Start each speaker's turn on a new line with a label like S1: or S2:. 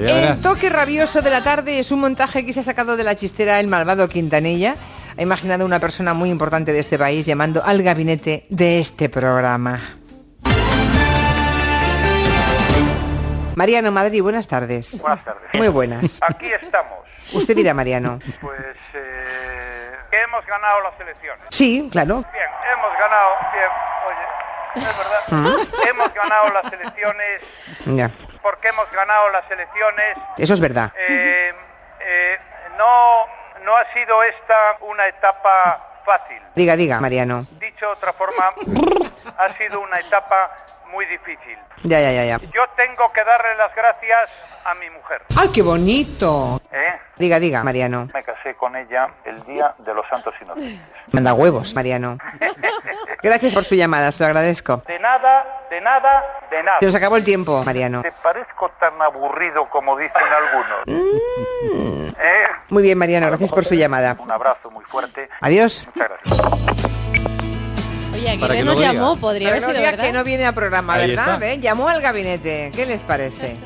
S1: El toque rabioso de la tarde es un montaje que se ha sacado de la chistera el malvado Quintanilla. Ha imaginado una persona muy importante de este país llamando al gabinete de este programa. Mariano Madrid, buenas tardes.
S2: Buenas tardes.
S1: Muy buenas.
S2: Aquí estamos.
S1: Usted dirá, Mariano.
S2: Pues eh, hemos ganado las elecciones.
S1: Sí, claro.
S2: Bien, hemos ganado. Bien, oye, es verdad. Hemos ganado las elecciones
S1: Ya.
S2: porque hemos ganado las elecciones.
S1: Eso es verdad.
S2: Eh, eh, no, no ha sido esta una etapa fácil.
S1: Diga, diga, Mariano.
S2: Dicho de otra forma, ha sido una etapa muy difícil.
S1: Ya, ya, ya, ya.
S2: Yo tengo que darle las gracias a mi mujer.
S1: ¡Ay, qué bonito!
S2: ¿eh?
S1: Diga, diga, Mariano.
S2: Me casé con ella el día de los santos inocentes.
S1: Manda huevos, Mariano. Gracias por su llamada, se lo agradezco.
S2: De nada, de nada, de nada.
S1: Se nos acabó el tiempo, Mariano.
S2: Te parezco tan aburrido como dicen algunos. ¿Eh?
S1: Muy bien, Mariano, Mm. gracias por su llamada.
S2: Un abrazo muy fuerte.
S1: Adiós.
S2: Muchas gracias.
S3: Oye, aquí
S4: Para que
S3: nos
S4: no diga.
S3: llamó, podría haber
S1: Pero no
S3: sido
S1: diga
S3: verdad.
S1: que no viene a programa,
S4: Ahí
S1: ¿verdad?
S4: está.
S1: ¿Eh? Llamó al gabinete. ¿Qué les parece?